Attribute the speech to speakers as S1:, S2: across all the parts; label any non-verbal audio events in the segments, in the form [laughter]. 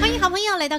S1: 欢迎好朋友来到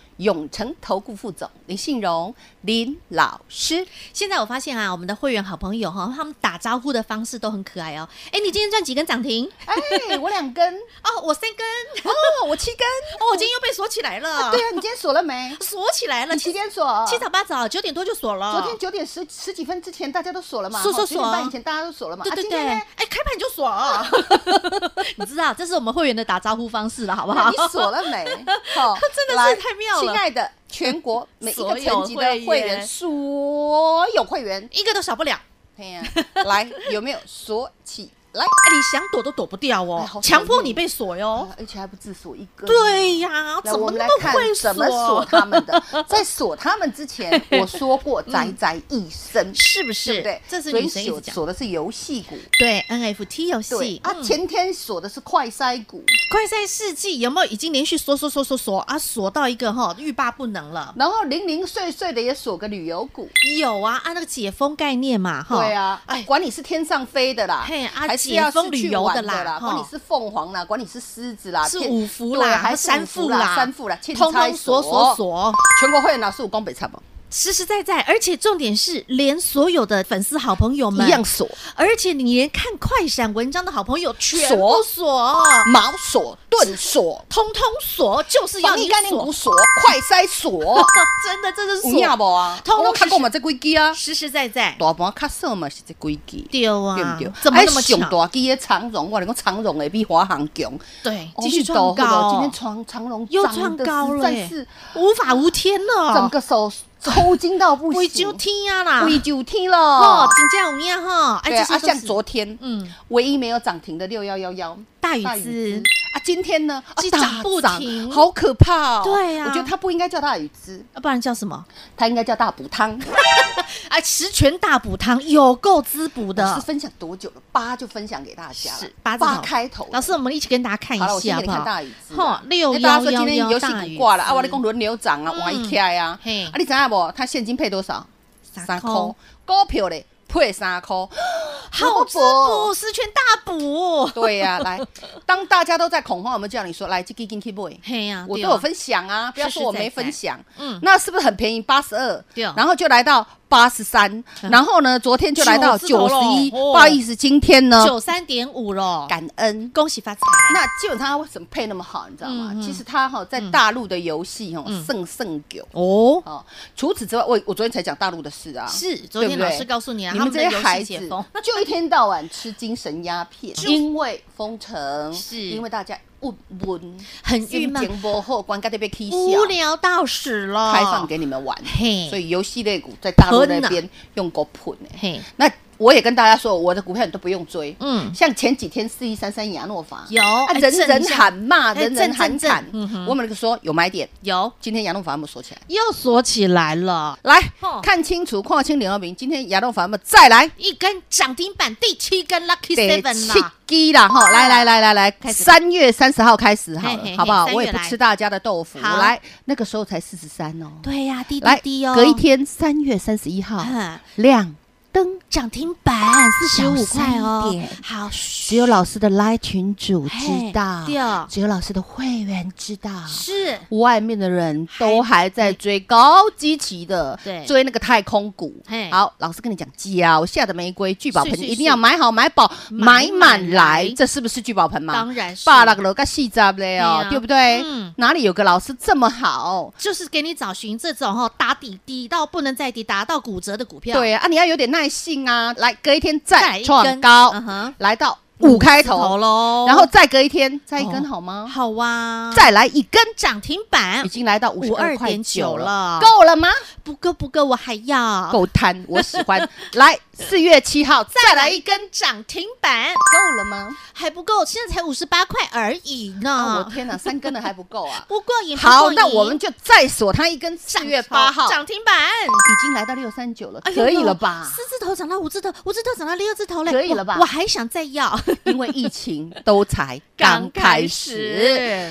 S2: 永诚投顾副总林信荣林老师。
S1: 现在我发现啊，我们的会员好朋友哈、他们打招呼的方式都很可爱哦。哎，你今天赚几根涨停？
S2: 哎，我两根
S1: [laughs] 哦，我三根，
S2: 哦，我七根。
S1: [laughs] 哦，我今天又被锁起来了。
S2: [laughs] 对啊，你今天锁了
S1: [laughs]
S2: 没？
S1: 锁起来了。
S2: 你七点锁，
S1: 七早八早，九点多就锁了。
S2: 昨天九点十十几分之前大家都锁了嘛，
S1: 锁锁
S2: 哦9点
S1: 锁
S2: 半以前大家都锁了嘛。
S1: 对
S2: 啊
S1: 对
S2: 今
S1: 对，
S2: 天呢
S1: 哎、开盘就锁、 [laughs] 你知道这是我们会员的打招呼方式了，好不好？
S2: 你锁了 [laughs] 没？好，
S1: 真的是
S2: 来
S1: 太妙了
S2: 亲爱的，全国每一
S1: 所
S2: 个
S1: 有
S2: 层级的
S1: 会
S2: 会
S1: 员
S2: 员，所有会员，
S1: 一个都少不了。
S2: 哎呀，来，有没有锁起来？
S1: 哎，你想躲都躲不掉哦
S2: 哎好，
S1: 强、
S2: 神
S1: 迫
S2: 秘
S1: 你被锁哟
S2: 啊。而且还不止锁一
S1: 哦
S2: 个。。
S1: 对呀、
S2: 来，
S1: 怎
S2: 我
S1: 么
S2: 们来
S1: 那么
S2: 看
S1: 会啊
S2: 怎么锁他们的。在锁他们之前，我说过宅宅一生，
S1: 嗯是不
S2: 对
S1: 是？
S2: 不对？
S1: 这是
S2: 所以
S1: 女神一直
S2: 锁
S1: 讲。
S2: 锁的是游戏股，
S1: 对 NFT 游
S2: 对
S1: 戏
S2: 啊。
S1: 嗯
S2: 前天锁的是快筛股，
S1: 快赛世纪有没有已经连续锁锁锁锁锁啊，锁到一个哈欲罢不能了？
S2: 然后零零碎碎的也锁个旅游股。
S1: 有啊，按、那个解封概念嘛哈。
S2: 对啊，
S1: 哎，
S2: 管你是天上飞的啦，
S1: 嘿啊
S2: 还是要
S1: 解封
S2: 是
S1: 旅
S2: 去
S1: 游
S2: 玩
S1: 的
S2: 的
S1: 啦
S2: 啦，
S1: 哈
S2: 管你是凤凰啦，管你是狮子啦，
S1: 是
S2: 天
S1: 五福
S2: 对
S1: 啦，
S2: 还
S1: 或
S2: 是
S1: 三
S2: 五福
S1: 副啦，
S2: 三副啦，欠
S1: 通
S2: 拆
S1: 通锁锁锁，
S2: 全国会员老师，我光北差不
S1: 实实在在，而且重点是，连所有的粉丝好朋友们啊
S2: 一样，锁，
S1: 而且你连看快闪文章的好朋友全部
S2: 锁
S1: 锁，
S2: 毛锁、盾锁、
S1: 通通锁，就是要
S2: 防
S1: 你
S2: 疫概念
S1: 锁 [laughs]
S2: 股，锁、快筛锁，
S1: 真的，这就是
S2: 有影
S1: 锁，
S2: 无啊？
S1: 通通
S2: 我看过嘛，这几支啊，
S1: 实实在在，
S2: 大盘较少嘛是这几支，
S1: 丢
S2: 对
S1: 啊
S2: 不对？，
S1: 怎么那么
S2: 哎上
S1: 巧？
S2: 大支的长荣，我来讲长荣的比华航强，
S1: 对，
S2: 哦
S1: 继续
S2: 你
S1: 创
S2: 懂不懂
S1: 高，
S2: 今天长长荣
S1: 又
S2: 涨
S1: 创
S2: 得
S1: 高
S2: 实
S1: 了耶
S2: 在是
S1: 无法无天了，
S2: 整个手抽筋到不
S1: 微
S2: 行
S1: 就，天啊啦，
S2: 胃就天
S1: 哦
S2: 了，。
S1: 金价有影哈，哎，
S2: 对
S1: 这
S2: 啊，
S1: 些
S2: 啊
S1: 都
S2: 像
S1: 是
S2: 昨天，
S1: 嗯，
S2: 唯一没有涨停的六幺幺幺。
S1: 大禹
S2: 大禹
S1: 之
S2: 之。啊，今天呢，啊
S1: 是
S2: 大
S1: 涨不停
S2: 好可怕哦！
S1: 对啊
S2: 我觉得它不应该叫大禹之，
S1: 啊不然叫什么？
S2: 它应该叫大补汤。
S1: 哎，十全大补汤有够滋补
S2: 老
S1: [laughs] 的
S2: 师，分享多久了？八就分享给大家了，
S1: 是八
S2: 八
S1: 字头
S2: 开头。
S1: 老师，我们一起跟大家看一
S2: 哦好了，我
S1: 下，
S2: 先
S1: 好
S2: 给你
S1: 不
S2: 看
S1: 好？
S2: 大禹之
S1: 吼
S2: 啊。，
S1: 六
S2: 那大家
S1: 幺
S2: 说今
S1: 幺
S2: 天游
S1: 幺
S2: 戏
S1: 大
S2: 股
S1: 鱼
S2: 挂了啊，我咧讲轮流涨啊，
S1: 嗯
S2: 换一天啊。
S1: 嘿
S2: 啊，你知影无？它现金配多少？
S1: 三
S2: 块
S1: 块。
S2: 股票咧配三
S1: [gasps]
S2: 块。
S1: 好滋补，十全大补。
S2: 对呀、来，当大家都在恐慌，我们叫你说来，这基金 keep boy。
S1: 嘿呀，
S2: 我都
S1: 对啊
S2: 有，分享啊，不要说我没分享，
S1: 嗯
S2: 那是不是很便宜？八十二，
S1: 对哦
S2: 然后就来到八十三，然后呢，昨天就来到
S1: 九
S2: 九
S1: 字
S2: 十
S1: 头咯
S2: 一，
S1: 哦
S2: 不好意思，今天呢，
S1: 九三点五咯，
S2: 啊感恩。
S1: 恭喜发财。
S2: 那基本上它为什么配那么好，你知道吗？
S1: 嗯嗯嗯
S2: 其实它哈在大陆的游戏哦，胜胜狗
S1: 哦，
S2: 哦。除此之外，我我昨天才讲大陆的事啊，
S1: 是昨天
S2: 对不
S1: 老
S2: 对
S1: 师告诉你啊，
S2: 你
S1: 他
S2: 们
S1: 们
S2: 这
S1: 的
S2: 些
S1: 游
S2: 孩
S1: 戏
S2: 子
S1: 解封， [laughs]
S2: 就一天到晚吃精神鸦片，因为封城，
S1: 是
S2: 因为大家不闷，
S1: 很郁闷
S2: 心情不好，关家这边 K
S1: 无聊到死了，
S2: 开放给你们玩
S1: 嘿，啊
S2: 所以游戏类股在大陆那边用狗喷呢。
S1: 嘿，
S2: 那我也跟大家说，我的股票你都不用追，
S1: 嗯，
S2: 像前几天四一三三亚诺法
S1: 有
S2: 啊，
S1: 哎
S2: 人
S1: 正
S2: 人
S1: 向
S2: 喊骂，
S1: 哎
S2: 人人
S1: 正
S2: 喊
S1: 正
S2: 砍
S1: 正嗯哼，
S2: 我们那个说有买点，
S1: 有
S2: 今天亚诺法有没有锁起来？
S1: 又锁起来了，
S2: 来
S1: 哦
S2: 看清楚，看清零二名，今天亚诺法有没有再来？
S1: 一根涨停板，第七根 lucky
S2: 得
S1: seven
S2: 七
S1: 啦，
S2: 鸡啦哈！来来来来
S1: 开
S2: 来，
S1: 始
S2: 三月三十号开始好
S1: 嘿嘿嘿
S2: 了，好不好？
S1: 三月
S2: 我也不
S1: 来
S2: 吃大家的豆腐，
S1: 好
S2: 来那个时候才四十三哦。
S1: 对呀，滴滴
S2: 来
S1: 滴哦，
S2: 隔一天，啊三月三十一号，
S1: 嗯
S2: 亮灯
S1: 涨停板四十五
S2: 小声
S1: 块哦
S2: 一点，
S1: 好，
S2: 只有老师的 Line 群主
S1: 嘿
S2: 知道
S1: 对哦，
S2: 只有老师的会员知道。
S1: 是
S2: 外面的人都还在追高基期的，
S1: 对
S2: 追那个太空股
S1: 嘿。
S2: 好，老师跟你讲，脚下的玫瑰聚宝盆
S1: 是是
S2: 一定要买好买饱，买
S1: 买
S2: 满
S1: 满来
S2: 来，这是不是聚宝盆嘛？
S1: 当然是
S2: 爸那个楼个细杂嘞
S1: 对
S2: 哦
S1: 啊，
S2: 对不对
S1: 嗯？
S2: 哪里有个老师这么好？
S1: 就是给你找寻这种哈打底底到不能再底，打到骨折的股票。
S2: 啊对啊，你要有点耐性啊！来，隔一天
S1: 再来
S2: 再
S1: 一根
S2: 创高
S1: 嗯哼，
S2: 来到五开
S1: 字头
S2: 头，
S1: 喽，
S2: 然后再隔一天再一
S1: 哦
S2: 根
S1: 嗯
S2: 好吗？
S1: 好啊哇，
S2: 再来一根，
S1: 涨停板
S2: 已经来到五十二块
S1: 52.9
S2: 九
S1: 了
S2: 了，够了吗？
S1: 不够不够，我还要
S2: 够贪，我喜欢。 [laughs] 来，四月七号再来一根，
S1: 根涨停板，
S2: 够了吗？
S1: 还不够，现在才五十八块而已
S2: 啊，
S1: 呢
S2: 我，天哪，三根的还不
S1: [laughs]
S2: 够啊！
S1: 不过瘾。不
S2: 好，
S1: 过瘾
S2: 那我们就再锁它一根，四
S1: 涨
S2: 月八号
S1: 涨停板。
S2: 已经来到六三九了，
S1: 哎呦
S2: 可以了
S1: [laughs]
S2: 吧？
S1: 四字头涨到五字头，五字头涨到六字头了，
S2: 可以了吧
S1: 我我还想再
S2: [laughs]
S1: 要，
S2: 因为疫情都才刚开始。。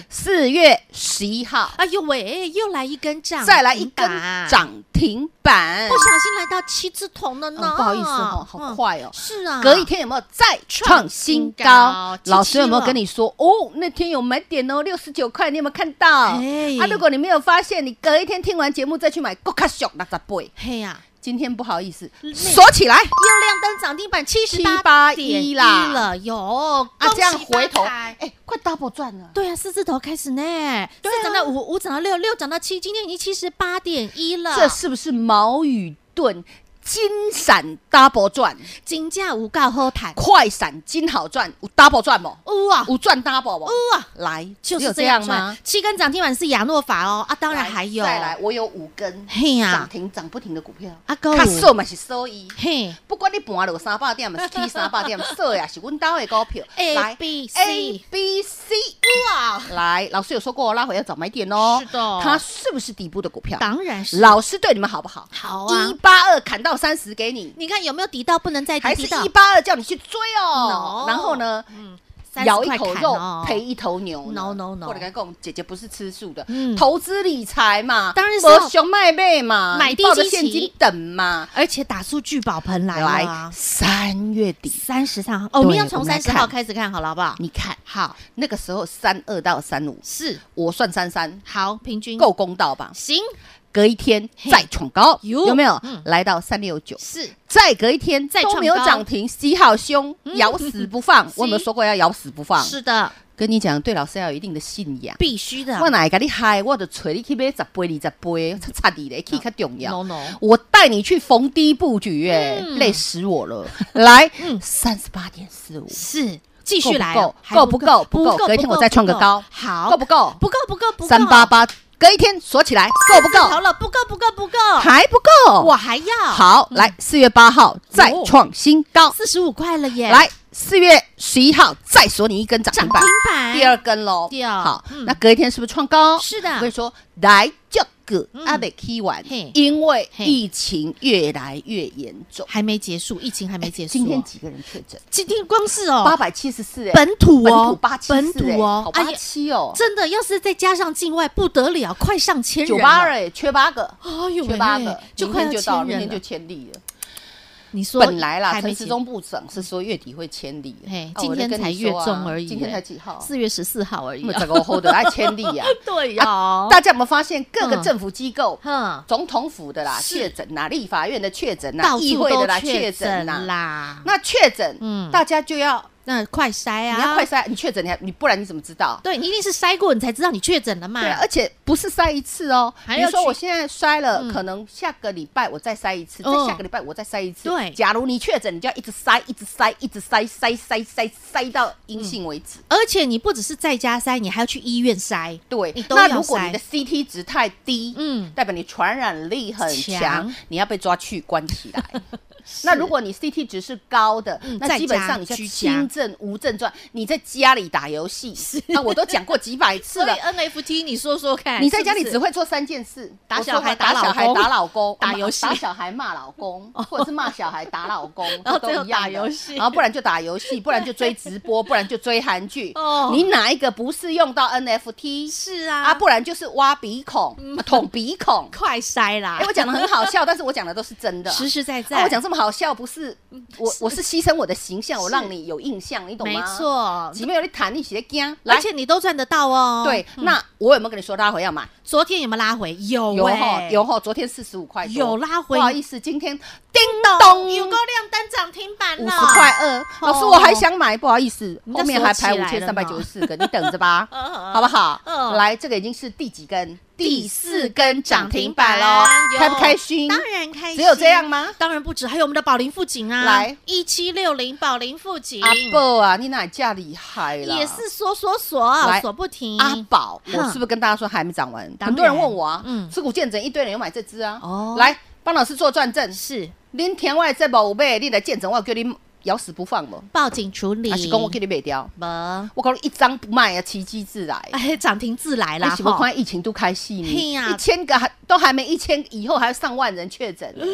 S2: 四月十一号
S1: 哎呦喂，又来一根涨，
S2: 再来一根，涨停板
S1: 不。小心来到七字头了呢。
S2: 嗯不好意思哦，好
S1: 嗯。
S2: 快哦。
S1: 是啊，
S2: 隔一天有没有再创新
S1: 创
S2: 高
S1: 新？高
S2: 老师有没
S1: 77
S2: 有
S1: 了
S2: 跟你说哦？那天有买点哦，六十九块，你有没有看到？啊，
S1: 哎
S2: 如果你没有发现，你隔一天听完节目再去买，够卡熊那咋倍？
S1: 嘿呀，
S2: 今天不好意思，
S1: 那
S2: 锁起来。
S1: 又亮灯涨停板七十八点一
S2: 78啦
S1: 了，有
S2: 啊，这样回头，
S1: 哎
S2: 哎、。快 double 赚了。
S1: 对啊，四字头开始呢，
S2: 对啊
S1: 四涨到五，五涨到六，六涨到七，今天已经七十八点一了。
S2: 这是不是毛宇盾金闪 double 赚，
S1: 金价无告后台，
S2: 快闪金好赚，有 double 赚不？
S1: 哇
S2: 有赚 double 不？
S1: 哇，啊
S2: 来，
S1: 嗯就
S2: 只有
S1: 是这
S2: 这
S1: 样
S2: 样
S1: 吗
S2: 吗？？
S1: 七根涨停板是亚诺法哦，啊，当然
S2: 来
S1: 还有，
S2: 再来，我有五根
S1: 嘿呀
S2: 涨停涨不停的股票，
S1: 啊，够
S2: 它收嘛是收益。
S1: 嘿
S2: 不管你盘落三百点，嘛是起三百点，收呀是阮兜的股票。
S1: [laughs] ，A
S2: 来
S1: B
S2: A
S1: C，
S2: B C，
S1: 哇，
S2: 来，老师有说过拉回要找买点哦。
S1: 是的
S2: 它是不是底部的股票？
S1: 当然是
S2: 老师对你们好不好？
S1: 好
S2: 一
S1: 啊。哎
S2: 八二砍到三十给你，
S1: 你看有没有抵到不能再
S2: 还
S1: 低？
S2: 是
S1: 抵到
S2: 一八二叫你去追哦
S1: No？
S2: 然后呢，
S1: 30
S2: 咬一
S1: 块
S2: 口
S1: 砍
S2: 肉
S1: 哦
S2: 赔一头牛呢。
S1: No, no, no
S2: 我跟你讲，姐姐不是吃素的
S1: 嗯，
S2: 投资理财嘛，
S1: 当然是要
S2: 我熊卖妹嘛，
S1: 买低
S2: 你抱着
S1: 基期
S2: 现金等嘛。
S1: 而且打出聚宝盆来了啊，
S2: 三月底，
S1: 三十三号哦，我们
S2: 对
S1: 要从
S2: 我们
S1: 三
S2: 来
S1: 十
S2: 看
S1: 号开始看好了，好不好？
S2: 你看
S1: 好，
S2: 那个时候三二到三五，
S1: 是
S2: 我算三三，
S1: 好，平均
S2: 够公道吧？
S1: 行
S2: 隔一天
S1: 嗯嘿
S2: 再创高，
S1: 哟
S2: 有没有
S1: 嗯？
S2: 来到三六九，
S1: 是
S2: 再隔一天
S1: 再创
S2: 都没有
S1: 高。
S2: 涨停，洗好凶，咬死不放我有没
S1: [laughs]
S2: 有
S1: 是
S2: 说过要咬死不放？
S1: 是的，
S2: 跟你讲，对老师要有一定的信仰。
S1: 必须的。
S2: 我哪会跟你嗨，我就催你去买十杯、二十杯，擦擦你嘞，去较重
S1: no
S2: 要。
S1: no，
S2: 我带你去逢低布局，哎，
S1: 嗯
S2: 累死我了。来，三十八点四五，
S1: 是继续来
S2: 够
S1: 哦，
S2: 不够够不够
S1: 还
S2: 够隔一天我再创个高
S1: 好，
S2: 够不够？
S1: 不够不够不够，
S2: 三八八，隔一天锁起来，够不
S1: 好
S2: 够？
S1: 了，不够不够不够，
S2: 还不够。
S1: 我还要
S2: 好，
S1: 嗯
S2: 来，四月八号再创新高，
S1: 四十五块了耶，
S2: 来，四月十一号再锁你一根涨
S1: 涨
S2: 停
S1: 停
S2: 板。
S1: 板，
S2: 第二根喽。
S1: 对哦
S2: 好
S1: 嗯，
S2: 那隔一天是不是创高？
S1: 是的
S2: 我跟你说，来这个
S1: 嗯
S2: 阿北 K 完
S1: 嘿，
S2: 因为
S1: 嘿
S2: 疫情越来越严重。
S1: 还没结束，疫情还没结束哦，
S2: 今天几个人确诊？
S1: 今天光是哦，
S2: 八百七十四，哎
S1: 本土
S2: 本
S1: 哦
S2: 土，八七，
S1: 本土哦
S2: 好，
S1: 哎
S2: 八
S1: 呀
S2: 七哦，
S1: 真的，要是再加上境外，不得了，快上千人
S2: 九
S1: 了
S2: 八，二哎，缺八个，
S1: 哎呦喂
S2: 缺八个，
S1: 就
S2: 明
S1: 快
S2: 天
S1: 要
S2: 就到
S1: 千
S2: 了，明
S1: 人
S2: 天就
S1: 了。
S2: 签例了。
S1: 你说
S2: 本来啦，
S1: 还没
S2: 陈
S1: 结
S2: 时中部长是说月底会签例
S1: 嘿，
S2: 啊
S1: 今
S2: 我就
S1: 天
S2: 跟
S1: 才
S2: 你
S1: 月
S2: 说啊
S1: 中而已，
S2: 今天才几号啊？
S1: 四月十四号而已
S2: 那
S1: 啊。
S2: 这个后的爱签例
S1: [laughs]
S2: 呀。
S1: 对呀
S2: 啊，大家有没有发现各个
S1: 嗯
S2: 政府机构
S1: 哼，
S2: 总统府的啦
S1: 是
S2: 确诊啦，立法院的确诊啦
S1: 到，
S2: 议
S1: 处
S2: 会
S1: 都
S2: 的啦
S1: 确
S2: 确诊
S1: 诊
S2: 啦。
S1: 啦。
S2: 那确诊，
S1: 嗯
S2: 大家就要
S1: 那快筛
S2: 你
S1: 啊，
S2: 要快筛，你确诊你还你不然你怎么知道？
S1: 对你一定是筛过，你才知道你确诊了嘛。
S2: 对，啊而且不是筛一次哦。
S1: 哎还
S2: 比
S1: 要
S2: 如说
S1: 去
S2: 我现在筛
S1: 嗯
S2: 了，可能下个礼拜我再筛一次，再
S1: 嗯
S2: 下个礼拜我再筛一次。
S1: 对
S2: 假如你确诊，你就要一直筛，一直筛，一直筛，筛筛筛筛到阴性为止。
S1: 而且你不只是在家筛，你还要去医院筛。
S2: 对
S1: 你，都
S2: 那
S1: 要
S2: 如果你
S1: 筛
S2: 的 CT 值太低，
S1: 嗯
S2: 代表你传染力很
S1: 强
S2: 强，你要被抓去关
S1: [laughs]
S2: 起来。那如果你 CT 值是高的
S1: 嗯，在
S2: 那基本
S1: 家
S2: 上你是
S1: 居家
S2: 轻症无症状，你在家里打游戏，那我都讲过几百次
S1: 所以 [laughs]
S2: 了。
S1: NFT，你说说看，
S2: 你在家
S1: 是
S2: 里
S1: 不是
S2: 只会做三件事：
S1: 打
S2: 我说
S1: 小孩
S2: 我打
S1: 打
S2: 小
S1: 老
S2: 孩、
S1: 公
S2: 打老公、
S1: 打
S2: 骂
S1: 游戏哦
S2: 打小孩、骂老公，或者是骂小孩、打老
S1: [laughs]
S2: 公，
S1: 然后
S2: 这
S1: 最后
S2: 都一样
S1: 打
S2: 的
S1: 游戏
S2: 然后不然就打游戏，不然就追直播，不然就追韩剧
S1: 哦。
S2: 你哪一个不是用到 NFT？
S1: 是啊，嗯
S2: 啊，不然就是挖鼻孔、捅鼻孔。
S1: [laughs] 快筛啦
S2: 哎、，我讲的很好笑，但是我讲的都是真的啊。
S1: 啊实实在在。嗯
S2: 啊、我讲这么好笑，不是我我是牺牲我的形象，我让你有印象，你懂
S1: 没
S2: 吗？，
S1: 错，
S2: 前面有你谈，你写惊，来
S1: 而，且你都赚得到哦。
S2: 对，，那我有没有跟你说拉回要买？
S1: 昨天有没有拉回？有
S2: 有
S1: 欸
S2: 哈有哈，昨天四十五块多，
S1: 有拉回
S2: 不好意思，今天掉叮咚，
S1: 有够亮灯涨停板了，
S2: 五十块二。老师，
S1: 哦
S2: 我还想买，不好意思，
S1: 你
S2: 后
S1: 再
S2: 面
S1: 锁
S2: 还
S1: 起
S2: 排五
S1: 来
S2: 千
S1: 了
S2: 三
S1: 嘛，
S2: 百九十四个，你等着吧
S1: [laughs] 嗯
S2: 好不好
S1: 嗯？
S2: 来，这个已经是第几根？
S1: 第四根
S2: 涨
S1: 涨
S2: 停
S1: 停
S2: 板哦
S1: 板
S2: 喽
S1: 喽，
S2: 开不开心？
S1: 当然开心，
S2: 只有这样吗？
S1: 当然不止，还有我们的宝林富锦啊，
S2: 来
S1: 一七六零宝林富锦，
S2: 阿宝啊，你哪家厉害了？
S1: 也是锁锁锁
S2: 来
S1: 锁不停，
S2: 阿宝，
S1: 哼
S2: 我是不是跟大家说还没涨完？
S1: 当然
S2: 很多人问我啊，
S1: 嗯
S2: 持股见证，一堆人有买这只啊。
S1: 哦
S2: 来帮老师做转正，
S1: 是
S2: 您填外这宝贝，你的见证，我叫你咬死不放了，
S1: 报警处理，
S2: 还是跟我叫你卖掉？
S1: 没
S2: 我告诉你，一张不卖啊，奇迹自来。
S1: 哎，涨停自来
S2: 你
S1: 啦，
S2: 喜欢
S1: 吼
S2: 看疫情都开戏
S1: 嘿呀
S2: 呢？一千个还都还没一千，以后还有上万人确诊
S1: [gasps]
S2: 呢。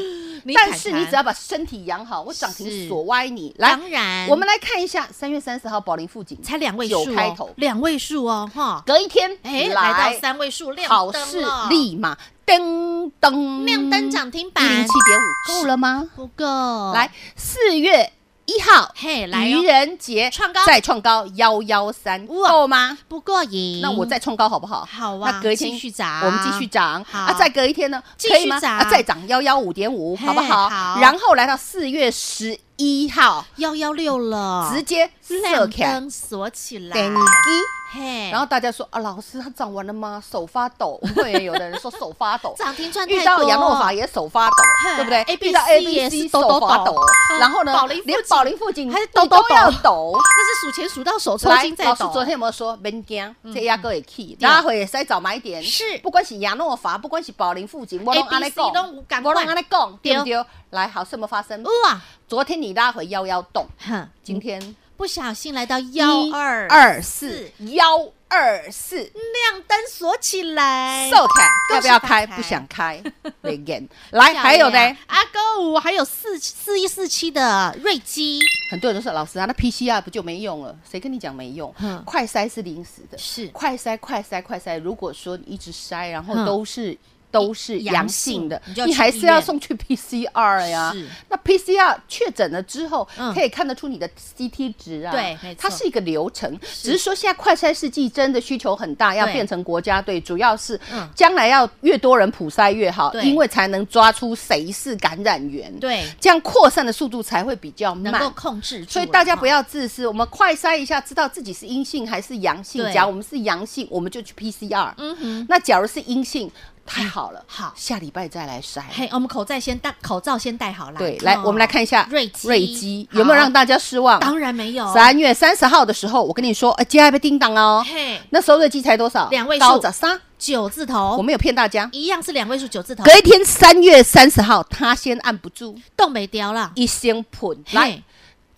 S1: 你
S2: 但
S1: 坦
S2: 是
S1: 坦
S2: 你只要把身体养好，我涨停
S1: 是
S2: 锁歪你。来，
S1: 当然，
S2: 我们来看一下三月三十号宝林附近
S1: 才两位数
S2: 九
S1: 哦
S2: 开头
S1: 两位数哦，哈，
S2: 隔一天，
S1: 哎，来到三位数，亮
S2: 好
S1: 灯
S2: 事
S1: 了，
S2: 立马噔噔
S1: 亮灯涨停板
S2: 一零七点五，够了吗？
S1: 不够，
S2: 来，四月一号，
S1: 嘿，来哦
S2: 愚，人节
S1: 创高
S2: 再创高幺幺三，
S1: 哇
S2: 够吗？
S1: 不过瘾，
S2: 那我再创高好不好？
S1: 好啊，
S2: 那隔一天
S1: 继续涨，
S2: 我们继续涨，
S1: 好
S2: 啊，再隔一天呢，
S1: 继
S2: 可以
S1: 续
S2: 吗？
S1: 涨
S2: 啊，再涨幺幺五点五，
S1: 嘿
S2: 好不好？
S1: 好
S2: 然后来到四月十一号，
S1: 幺幺六了，
S2: 直接射
S1: 亮
S2: 起来，
S1: 灯哎锁起来，
S2: 等你机。
S1: 嘿，，
S2: 然后大家说啊，老师他涨完了吗？手发抖，我们会员有的人说手发抖
S1: [laughs] 涨停赚太多，
S2: 遇到杨诺法也手发抖，
S1: 嘿
S2: 对不对
S1: ABC
S2: 遇到
S1: 也
S2: ABC
S1: 是
S2: 手
S1: 抖抖
S2: 发
S1: 抖
S2: 抖，然后呢
S1: 宝林，附
S2: 连
S1: 近
S2: 宝林附近
S1: 还是
S2: 都
S1: 抖抖
S2: 都要
S1: 抖
S2: 抖。
S1: 那是数钱数到手抽
S2: 来
S1: 筋在
S2: 老师
S1: 抖，
S2: 昨天有没有说免惊？这压哥也去，
S1: 对
S2: 拉回再早买点。
S1: 是
S2: 不管是亚诺法，不管是宝林附近，我都安尼
S1: ABC
S2: 讲，
S1: 都有同款
S2: 我都安尼讲，
S1: 对哦
S2: 对不对？来，好，什么发生？
S1: 哇，
S2: 昨天你拉回幺幺洞，
S1: 哼，
S2: 今天
S1: 不小心来到幺二
S2: 嗯二四幺二四，
S1: 亮灯锁起来，
S2: 受开
S1: 哎恭
S2: 要不
S1: 喜
S2: 要
S1: 发
S2: 开？
S1: 财
S2: 不
S1: [laughs]
S2: 想开，没演。来，还有
S1: 漂亮
S2: 呢，
S1: 阿哥五还有四四一四七的瑞基，
S2: 很多人都说老师啊，那 PCR 不就没用了？谁跟你讲没用
S1: 嗯？
S2: 快筛是临时的，
S1: 是
S2: 快筛、快筛、快筛。如果说你一直筛，然后
S1: 嗯
S2: 都是都是阳性的
S1: 阳性你就，要
S2: 你还
S1: 去医
S2: 是要
S1: 院
S2: 送去 PCR 呀
S1: 是。
S2: 那 PCR 确诊了之后
S1: 嗯，
S2: 可以看得出你的 CT 值啊，
S1: 对没错
S2: 它是一个流程。只是说现在快筛试剂真的需求很大，要
S1: 对
S2: 变成国家队，主要是
S1: 嗯
S2: 将来要越多人普筛越好，
S1: 对
S2: 因为才能抓出谁是感染源。。
S1: 对，
S2: 这样扩散的速度才会比较慢，
S1: 能够控制住了，
S2: 所以大家不
S1: 要
S2: 要自私，我们快筛一下，知道自己是阴性还是阳性。
S1: 对
S2: 假如我们是阳性，我们就去 PCR。
S1: 嗯哼，
S2: 那假如是阴性，太好了，
S1: 好
S2: 下礼拜再来筛。
S1: 嘿，我们口罩先戴，口罩先戴好啦。
S2: 对，来，
S1: 哦
S2: 我们来看一下
S1: 瑞基，
S2: 瑞基有没有让
S1: 大？
S2: 大家失望？
S1: 当然没有，
S2: 三月三十号的时候，我跟你说，呃，接下来被叮当哦。
S1: 嘿，
S2: 那时候瑞基才多少？
S1: 两位数哦
S2: 高涨三，
S1: 九字头，
S2: 我没有骗大家。
S1: 一样是两位数九字头，
S2: 隔一天，三月三十号，他先按不住，
S1: 冻没掉啦。
S2: 一先喷来
S1: 嘿。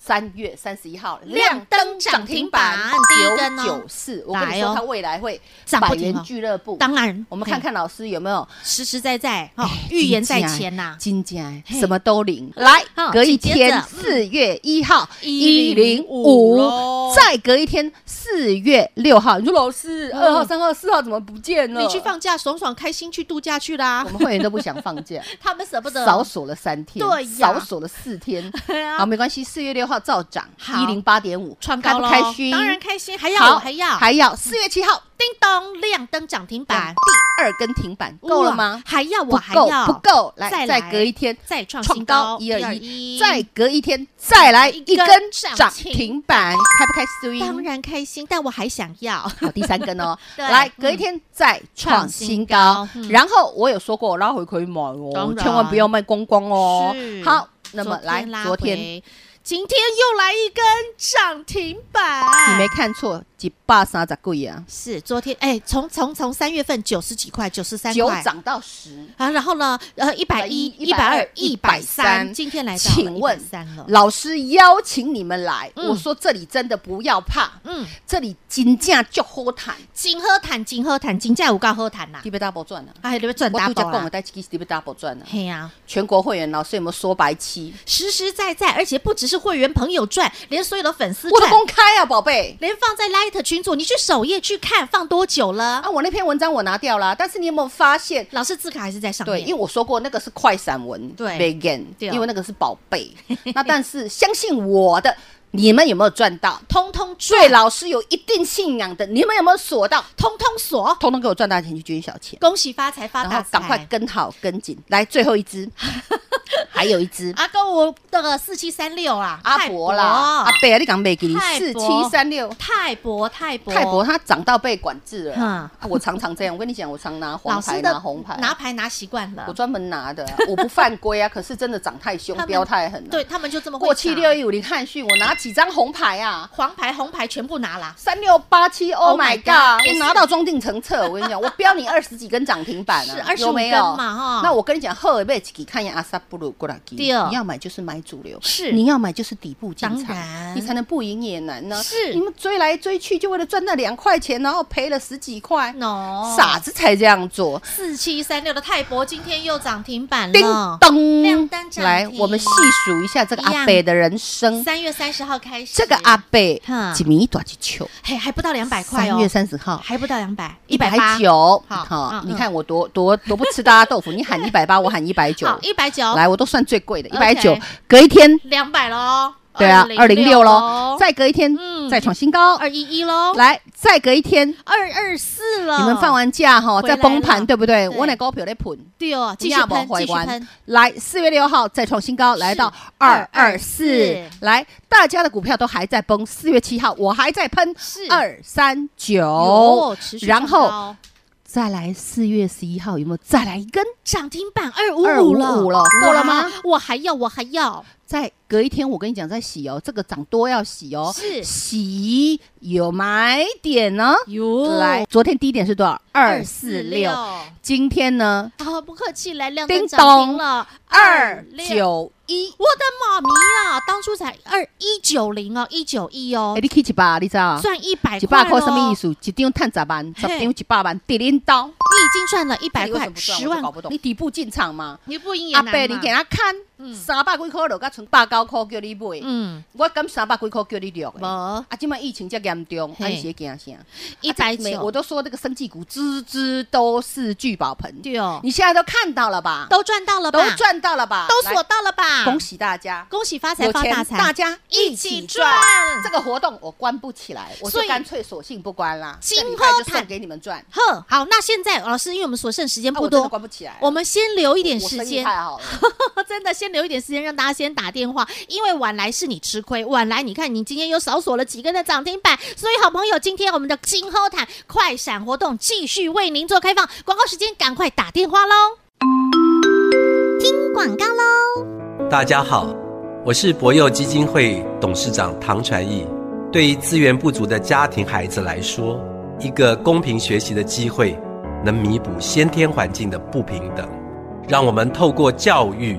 S2: 三月三十一号
S1: 亮灯涨停板第一根
S2: 九
S1: 哦
S2: 九四，我跟你
S1: 来
S2: 说，
S1: 哦
S2: 它未来会
S1: 涨
S2: 百
S1: 不停哦
S2: 元俱乐部。
S1: 当然，
S2: 我们看看老师有没有
S1: 嘿实实在
S2: 哎
S1: 在哈，预言在前呐。
S2: 金家
S1: 嘿
S2: 什么都领。来
S1: 好，
S2: 隔一
S1: 紧接
S2: 天，
S1: 着
S2: 四月一号
S1: 105咯
S2: 再隔一天，四月六号。你说老师，
S1: 嗯
S2: 二号、三号、四号怎么不见了？
S1: 你去，放假，爽爽开心去度假去啦
S2: 我。们会员都不想放假，
S1: 他们 [laughs] 舍不得，
S2: 少锁了三天，
S1: 对呀
S2: 少锁了四天。
S1: [laughs] 对啊
S2: 好，没关系，四月六号照涨
S1: 好
S2: 一零八点五，
S1: 创
S2: 开
S1: 高
S2: 不
S1: 咯
S2: 开心？
S1: 当然开心，还
S2: 好
S1: 要还要
S2: 还要四月七号
S1: 叮咚亮灯涨停
S2: 板
S1: 板，
S2: 第二根停板够了
S1: 哇
S2: 吗？
S1: 还要
S2: 不
S1: 我还
S2: 够
S1: 要
S2: 不够，来
S1: 再
S2: 再
S1: 来
S2: 隔一天
S1: 再创
S2: 创
S1: 新
S2: 高
S1: 高
S2: 一二一，
S1: 121
S2: 再隔一天再来
S1: 一
S2: 一根
S1: 根
S2: 涨
S1: 涨
S2: 停板，开不开心？
S1: 当。然开心，但我还想要。
S2: 好，第三根哦，
S1: [laughs] 对
S2: 来
S1: 嗯
S2: 隔一天再创新高
S1: 创新高。嗯
S2: 然后我有说过，拉回可以买
S1: 当
S2: 哦，
S1: 然
S2: 千万不要卖光光哦
S1: 是。
S2: 好，那么来昨
S1: 昨
S2: 天
S1: 天拉回今天又来一根涨停板，
S2: 你没看错，几百三十贵啊，
S1: 是昨天哎，从从从三月份九十几块，九十三
S2: 九
S1: 块
S2: 涨到十。
S1: 啊，然后呢，呃，一百一、一百二、一百三，今天来到
S2: 请问
S1: 三了，
S2: 老师邀请你们来，
S1: 嗯
S2: 我说这里真的不要怕，
S1: 嗯，
S2: 这里金价就好谈，
S1: 金喝谈，金喝谈，金价有够喝谈啦，
S2: d b double 赚了。
S1: 哎，你们赚
S2: 我度假
S1: double
S2: 讲，我
S1: 啦，
S2: 带 d b double 赚了。
S1: 嘿呀、
S2: 全国会员老师有没有说白期？
S1: 实实在在，而且不只是会员朋友赚，连所有的粉丝
S2: 我都
S1: 赚，
S2: 公开啊，宝贝。
S1: 连放在 Light 群组，你去首页去看放多久了？
S2: 啊，我那篇文章我拿掉了，但是你有没有发现？
S1: 老师字卡还是在上
S2: 对，
S1: 面，
S2: 因为我说过那个是快闪文，
S1: 对
S2: b e g i n
S1: 对哦
S2: 因为那个是宝
S1: [laughs]
S2: 贝。那但是相信我的，你们有没有赚到？
S1: 通通
S2: 对
S1: 赚，
S2: 老师有一定信仰的，你们有没有锁到？
S1: 通通锁，
S2: 通通给我赚大钱去捐小钱。
S1: 恭喜发财发
S2: 然
S1: 大
S2: 后
S1: 财， [laughs]
S2: 赶快跟好跟紧。来，最后一只，还有一只
S1: 啊，跟我那个四七三六啊啦，
S2: 阿
S1: 泰
S2: 伯啦，阿贝啊，你讲没给你
S1: 泰
S2: 四
S1: 伯
S2: 七三六。
S1: 泰博泰博
S2: 泰博它长到被管制了啊、
S1: 嗯
S2: 啊！我常常这样，我跟你讲，我常拿黄
S1: 老
S2: 牌
S1: 师
S2: 拿
S1: 的
S2: 红牌，
S1: 拿牌拿习惯
S2: 我
S1: 了，
S2: 专门拿的啊，我不犯规啊，可是真的长太凶
S1: 他，们
S2: 飙太狠了。
S1: 对，他们就这么会
S2: 过去
S1: 抢
S2: 六一五零汉讯，我拿几张红牌啊？
S1: 黄牌红牌全部拿啦，
S2: 三六八七，Oh
S1: Oh my
S2: my god！
S1: god，
S2: 我拿到装订成册，我跟你讲，我标你二十几根涨停板啊，
S1: 是25
S2: 有没有
S1: 根嘛哈
S2: 那我跟你讲，赫尔贝奇看一眼阿萨布鲁过来基，你
S1: 对
S2: 要买就是买主流，
S1: 是
S2: 你要买就是底部进
S1: 当
S2: 场
S1: 然，
S2: 你才能不赢也难呢。
S1: 是
S2: 你们追来追去就为了赚那两块钱，然后赔了十几块，
S1: no
S2: 傻子才这样做。
S1: 四七三六的泰博今天又涨停板
S2: 叮
S1: 了，嗯亮灯
S2: 咚，
S1: 涨
S2: 来，
S1: 停
S2: 我们细数一下这个阿北的人生。
S1: 三月三十号开始，
S2: 这个阿北
S1: 哈
S2: 几米短几球？
S1: 嘿还不到两百块哦，
S2: 三月三十号。
S1: 还不到两百，
S2: 一百
S1: 八，
S2: 九，
S1: 好
S2: 好，
S1: 嗯
S2: 你
S1: 嗯
S2: 看我多多多不吃大家
S1: [laughs]
S2: 豆腐，你喊一百八，我喊一百九，
S1: 好一百九，
S2: 来，我都算最贵的，一
S1: OK
S2: 百九，隔一天，
S1: 两百喽，
S2: 对啊，二零六喽，
S1: 再
S2: 再隔一天，
S1: 嗯
S2: 再创新高，
S1: 二一一喽，
S2: 来，再隔一天，
S1: 二二四了，
S2: 你们放完假哈，
S1: 嗯回来
S2: 再崩盘，
S1: 了
S2: 对不对？
S1: 对
S2: 我那股票在喷，
S1: 对哦，继续
S2: 不要
S1: 喷，
S2: 没
S1: 继续
S2: 完
S1: 喷，
S2: 来，四月六号再创新高，来到二二四
S1: 224。
S2: 来，大家的股票都还在崩。四月七号我还在喷
S1: 是
S2: 二三九
S1: 有，持续
S2: 哦然
S1: 创
S2: 后
S1: 高
S2: 再来四月十一号有没有再来一根？
S1: 涨停板二五五了，
S2: 255了过了吗
S1: 哇？我还要，我还要，
S2: 再隔一天我跟你讲再洗哦，这个涨多要洗哦，
S1: 是
S2: 洗有买点呢。
S1: 哟
S2: 来，昨天低点是多少？二
S1: 246
S2: 四六。今天呢？
S1: 好不客气，来亮
S2: 叮
S1: 灯涨
S2: 咚
S1: 停了，
S2: 二
S1: 26
S2: 九一。
S1: 我的妈咪啊，当初才二一九零哦，一九一哦
S2: 哎，，你去一百，你知道？
S1: 赚一百
S2: 一百块
S1: 咯
S2: 什么意？思？一张赚十万，十
S1: 嘿
S2: 张一百万，跌零刀。
S1: 你已经赚了一百块，
S2: 十
S1: 十万，
S2: 你底部进场嘛？
S1: 你不啊赢也
S2: 阿
S1: 难
S2: 伯，你给
S1: 嘛。
S2: 他看，
S1: 嗯
S2: 三百几块落，甲剩百九块叫你买，
S1: 嗯，
S2: 我敢三百几块叫你录的。
S1: 无
S2: 啊，今麦疫情这严重，
S1: 嘿
S2: 安些惊啥？
S1: 一百
S2: 啊这每我
S1: 九，
S2: 都说这个生技股只只都是聚宝盆，
S1: 对哦，
S2: 你现在都看到了吧？
S1: 都赚到了吧？
S2: 都，赚到了吧？
S1: 都
S2: 来
S1: 锁到了吧？
S2: 恭喜大家！
S1: 恭喜发财
S2: 有
S1: 发
S2: 钱
S1: 大财，
S2: 大家一
S1: 一
S2: 起
S1: 起
S2: 赚
S1: 赚！
S2: 这个活动我关不起来，我就
S1: 所以
S2: 干脆索性不关啦，
S1: 今
S2: 这礼拜
S1: 后
S2: 就送
S1: 谈
S2: 给你们赚。啊
S1: 呵，好，那现在老师，因为我们所剩时间不
S2: 我真的
S1: 多，
S2: 关不起来，
S1: 我们先留一点
S2: 我
S1: 时
S2: 生意
S1: 间，
S2: 太
S1: [laughs]
S2: 好了。
S1: 真的先留一点时间让大家先打电话，因为晚来是你吃亏，晚来你看你今天又少锁了几根的涨停板，所以好朋友，今天我们的金后毯快闪活动继续为您做开放，广告时间赶快打电话喽，听广告喽。
S3: 大家好，我是博幼基金会董事长唐传义。对于资源不足的家庭孩子来说，一个公平学习的机会，能弥补先天环境的不平等。让我们透过教育，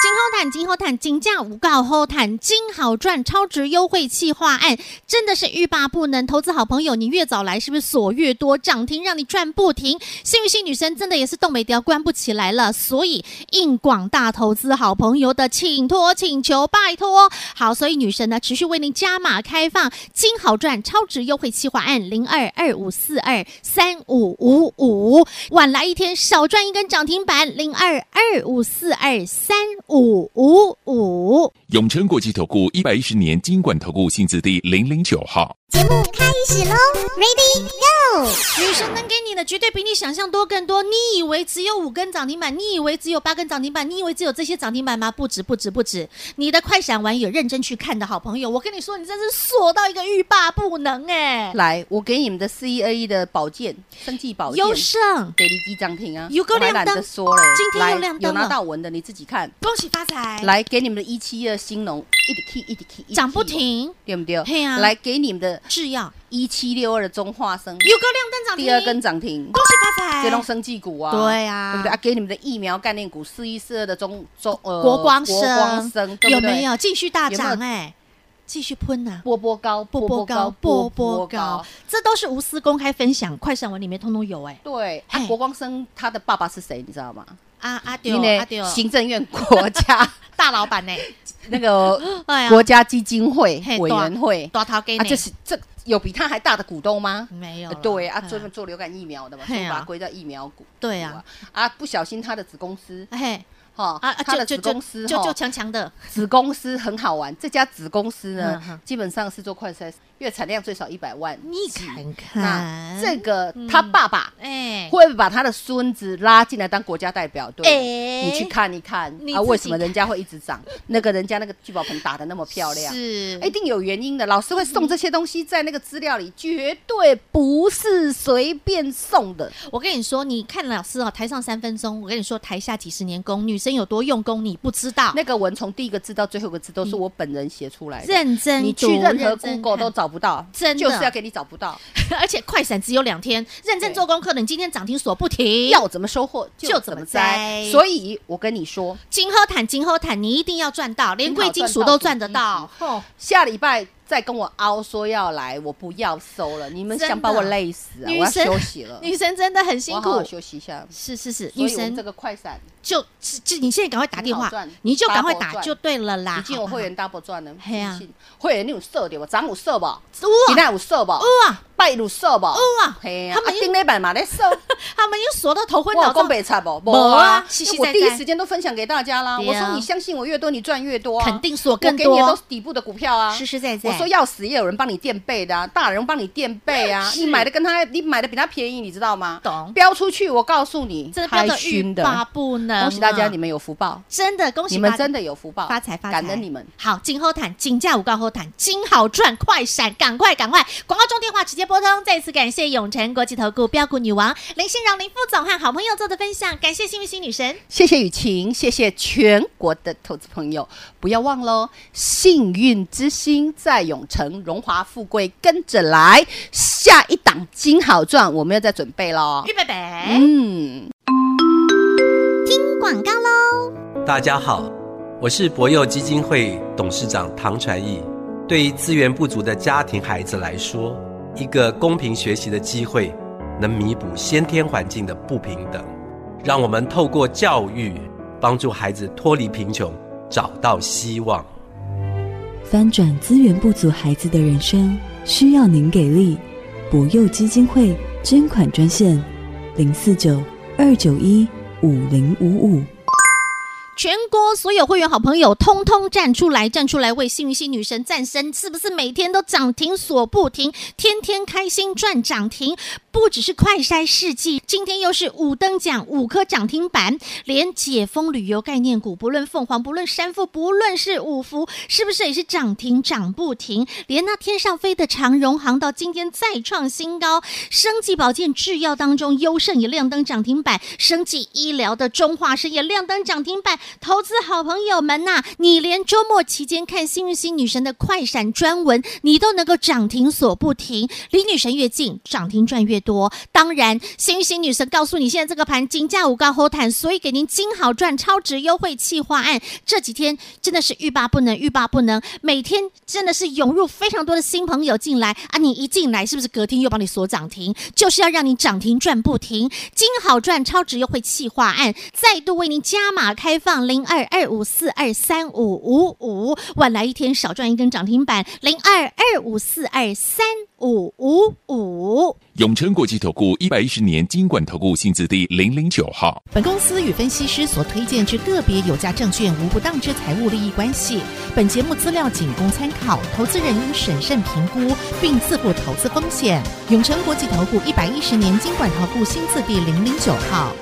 S1: 金后毯，金后毯，金价无告后毯，金好赚超值优惠企划案，真的是欲罢不能。投资好朋友，你越早来是不是锁越多涨停，让你赚不停？幸运星女神真的也是冻美雕关不起来了，所以应广大投资好朋友的请托请求，拜托。好，所以女神呢持续为您加码开放金好赚超值优惠企划案零二二五四二三五五五。晚来一天少赚一根涨停板，零二二五四二三五五五。
S4: 永诚国际投顾一百一十年金管投顾性质第零零九号。
S1: 女神能给你的绝对比你想象多更多。你以为只有五根涨停板？你以为只有八根涨停板？你以为只有这些涨停板吗？不止，不止，不止！你的快闪完有认真去看的好朋友，我跟你说，你真是锁到一个欲罢不能哎、
S2: 来，我给你们的四一 A 一的保健，生技保健
S1: 优，胜，
S2: 给你几张听啊，
S1: 有够
S2: 我还
S1: 亮
S2: 懒
S1: 灯
S2: 得说嘞，
S1: 今天又
S2: 来
S1: 亮
S2: 有
S1: 灯
S2: 拿
S1: 了
S2: 到文的你自己看，
S1: 恭喜发财，
S2: 来给你们的一七二兴农，一直 key 一直 key，
S1: 涨不，停，
S2: 对不对？
S1: 嘿啊
S2: 来给你们的
S1: 制药
S2: 一七六二的中化生，
S1: 有够亮灯涨停，
S2: 第二根涨停，
S1: 恭喜发财，
S2: 这种生技股啊，
S1: 对啊
S2: 对不对啊？给你们的疫苗概念股四一四二的中中呃
S1: 国光生，
S2: 国光生对不
S1: 有
S2: 对
S1: 没有继续大
S2: 有
S1: 涨？
S2: 没
S1: 哎，继续喷呐、
S2: 波波高
S1: 波波高，波波高，，这都是无私公开分享，快闪文里面通通有哎、
S2: 对，啊
S1: 嘿
S2: 国光生他的爸爸是谁？你知道吗？
S1: 啊啊对
S2: 因
S1: 哦
S2: 为
S1: 啊对哦，
S2: 行政院国
S1: [laughs]
S2: 家
S1: 大老
S2: [laughs]
S1: 板呢、
S2: 那个
S1: 哎呀
S2: 国家基金会
S1: 嘿
S2: 委员会
S1: 大头给
S2: 啊，
S1: 你、
S2: 这是这有比他还大的股东吗？
S1: 没有
S2: 呃
S1: 啦
S2: 对啊，
S1: 哎呀
S2: 专门做流感疫苗的嘛，所
S1: 嘿
S2: 以
S1: 啊
S2: 把它归在疫苗股。
S1: 对啊
S2: 股啊，啊不小心他的子公司
S1: 嘿
S2: 哈
S1: 啊啊，
S2: 他
S1: 就
S2: 的
S1: 就
S2: 子
S1: 就
S2: 公司
S1: 就
S2: 哈
S1: 就强强的，
S2: 子公司很好玩，这家子公司呢，
S1: 嗯嗯
S2: 基本上是做快筛，月产量最少一百万。
S1: 你看
S2: 那
S1: 看
S2: 这个他爸爸
S1: 哎
S2: 会不会把他的孙子拉进来当国家代表队？
S1: 哎
S2: 你去看一看
S1: 你
S2: 啊，
S1: 自己
S2: 为什
S1: 看
S2: 么人家会一直涨？那个人家那个聚宝盆打得那么漂亮，
S1: 是
S2: 一定有原因的。老师会
S1: 嗯
S2: 送这些东西在那个资料里，绝对不是随便送的。
S1: 我跟你说，你看老师哦，台上三分钟，我跟你说，台下几十年功，女生有多用功，你不知道。
S2: 那个文从第一个字到最后一个字都是我本人写出来
S1: 嗯
S2: 的。
S1: 认真
S2: 你
S1: 读
S2: 去任何
S1: 认真
S2: Google 都
S1: 看
S2: 找不到，
S1: 真的
S2: 就是要给你找不到。
S1: [laughs] 而且快闪只有两天，认真
S2: 对
S1: 做功课的，你今天涨停锁不停。
S2: 要怎么收获
S1: 就
S2: 就怎
S1: 怎么
S2: 么
S1: 摘
S2: 摘。所以我跟你说，
S1: 金喝坦，金喝坦，你一定要赚到，连贵金属都赚得到。哦，
S2: 下礼拜再跟我凹说要来，我不要收了。你们
S1: 真的
S2: 想把我累死啊！我
S1: 女
S2: 要
S1: 生
S2: 休息了，
S1: 女神真的很
S2: 我
S1: 辛
S2: 要
S1: 苦
S2: 好。好休息一下。
S1: 是是是，
S2: 所
S1: 女
S2: 以我们
S1: 神
S2: 这个快闪
S1: 就就就你现在赶快打电话
S2: 很好赚，
S1: 你就赶快
S2: double
S1: 打
S2: 赚
S1: 就对了啦。
S2: 已经有
S1: 好不好
S2: 会员 double 赚了，
S1: 嘿啊
S2: 信不信会员你有设的吧？涨有设吧？今
S1: 哇
S2: 天有设吧？
S1: 哇，
S2: 拜有设吧？
S1: 哇
S2: 嘿呀，
S1: 啊他
S2: 他
S1: 们
S2: 们
S1: 又
S2: 顶礼拜嘛在
S1: [laughs]
S2: 设。
S1: 他们又锁到头昏
S2: 我
S1: 脑
S2: 有讲
S1: 胀，
S2: 北差不？
S1: 没啊
S2: 没啊，
S1: 实
S2: 因
S1: 实
S2: 为
S1: 在
S2: 我第
S1: 在
S2: 一时间都分享给大家啦。
S1: 对
S2: 我
S1: 啊
S2: 说你相信我越多，你赚越多啊，
S1: 肯定锁更
S2: 我给你的
S1: 多
S2: 都是底部的股票啊，
S1: 实实在在。
S2: 我说要死也有人帮你垫背的、啊，大人帮你垫背啊，
S1: 是
S2: 你买的跟他，你买的比他便宜，你知道吗？
S1: 懂
S2: 标出去，我告诉你，
S1: 真的标
S2: 开
S1: 的
S2: 心
S1: 欲
S2: 的，
S1: 罢不能啊，
S2: 恭喜大家，你们有福报，
S1: 真的恭喜
S2: 你们
S1: 大家
S2: 真的有福报，
S1: 发财发财，
S2: 感恩你们。。
S1: 好，金后坦，金价五高后坦，金好赚，快闪，赶快赶快！广告中电话直接拨通。再次感谢永诚国际投顾标股女王林信荣林副总和好朋友做的分享，感谢幸运星女神。
S2: 谢谢雨晴，谢谢全国的投资朋友，不要忘喽！幸运之星在永城，荣华富贵跟着来。下一档金好赚，我们要再准备喽
S1: 预。备备，
S2: 嗯。
S1: 广告喽。
S3: 大家好，我是博幼基金会董事长唐传义。对于资源不足的家庭孩子来说，一个公平学习的机会，能弥补先天环境的不平等。让我们透过教育，帮助孩子脱离贫穷，找到希望。
S5: 翻转资源不足孩子的人生，需要您给力。博幼基金会捐款专线：零四九二九一五零五五。
S1: 全国所有会员好朋友，通通站出来，站出来为幸运星女神战声！是不是每天都涨停锁不停，天天开心赚涨停？不只是快筛试剂，今天又是五等奖五颗涨停板，连解封旅游概念股，不论凤凰，不论山富，不论是五福，是不是也是涨停涨不停？连那天上飞的长荣航到今天再创新高，生技保健制药当中优胜也亮灯涨停板，生技医疗的中化生也亮灯涨停板。投资好朋友们呐、你连周末期间看幸运星女神的快闪专文，你都能够涨停锁不停，离女神越近，涨停赚越多。当然，幸运星女神告诉你，现在这个盘金价五高后坦，所以给您金好赚超值优惠企划案，这几天真的是欲罢不能，欲罢不能，每天真的是涌入非常多的新朋友进来啊！你一进来是不是隔天又帮你锁涨停？就是要让你涨停赚不停，金好赚超值优惠企划案再度为您加码开放零二二五四二三五五五，晚来一天少赚一根涨停板零二二五四二三五五五。
S4: 永诚国际投顾一百一十年金管投顾性质第零零九号。
S6: 本公司与分析师所推荐之个别有价证券无不当之财务利益关系。本节目资料仅供参考，投资人应审慎评估并自负投资风险。永诚国际投顾一百一十年经管投顾新字第零零九号。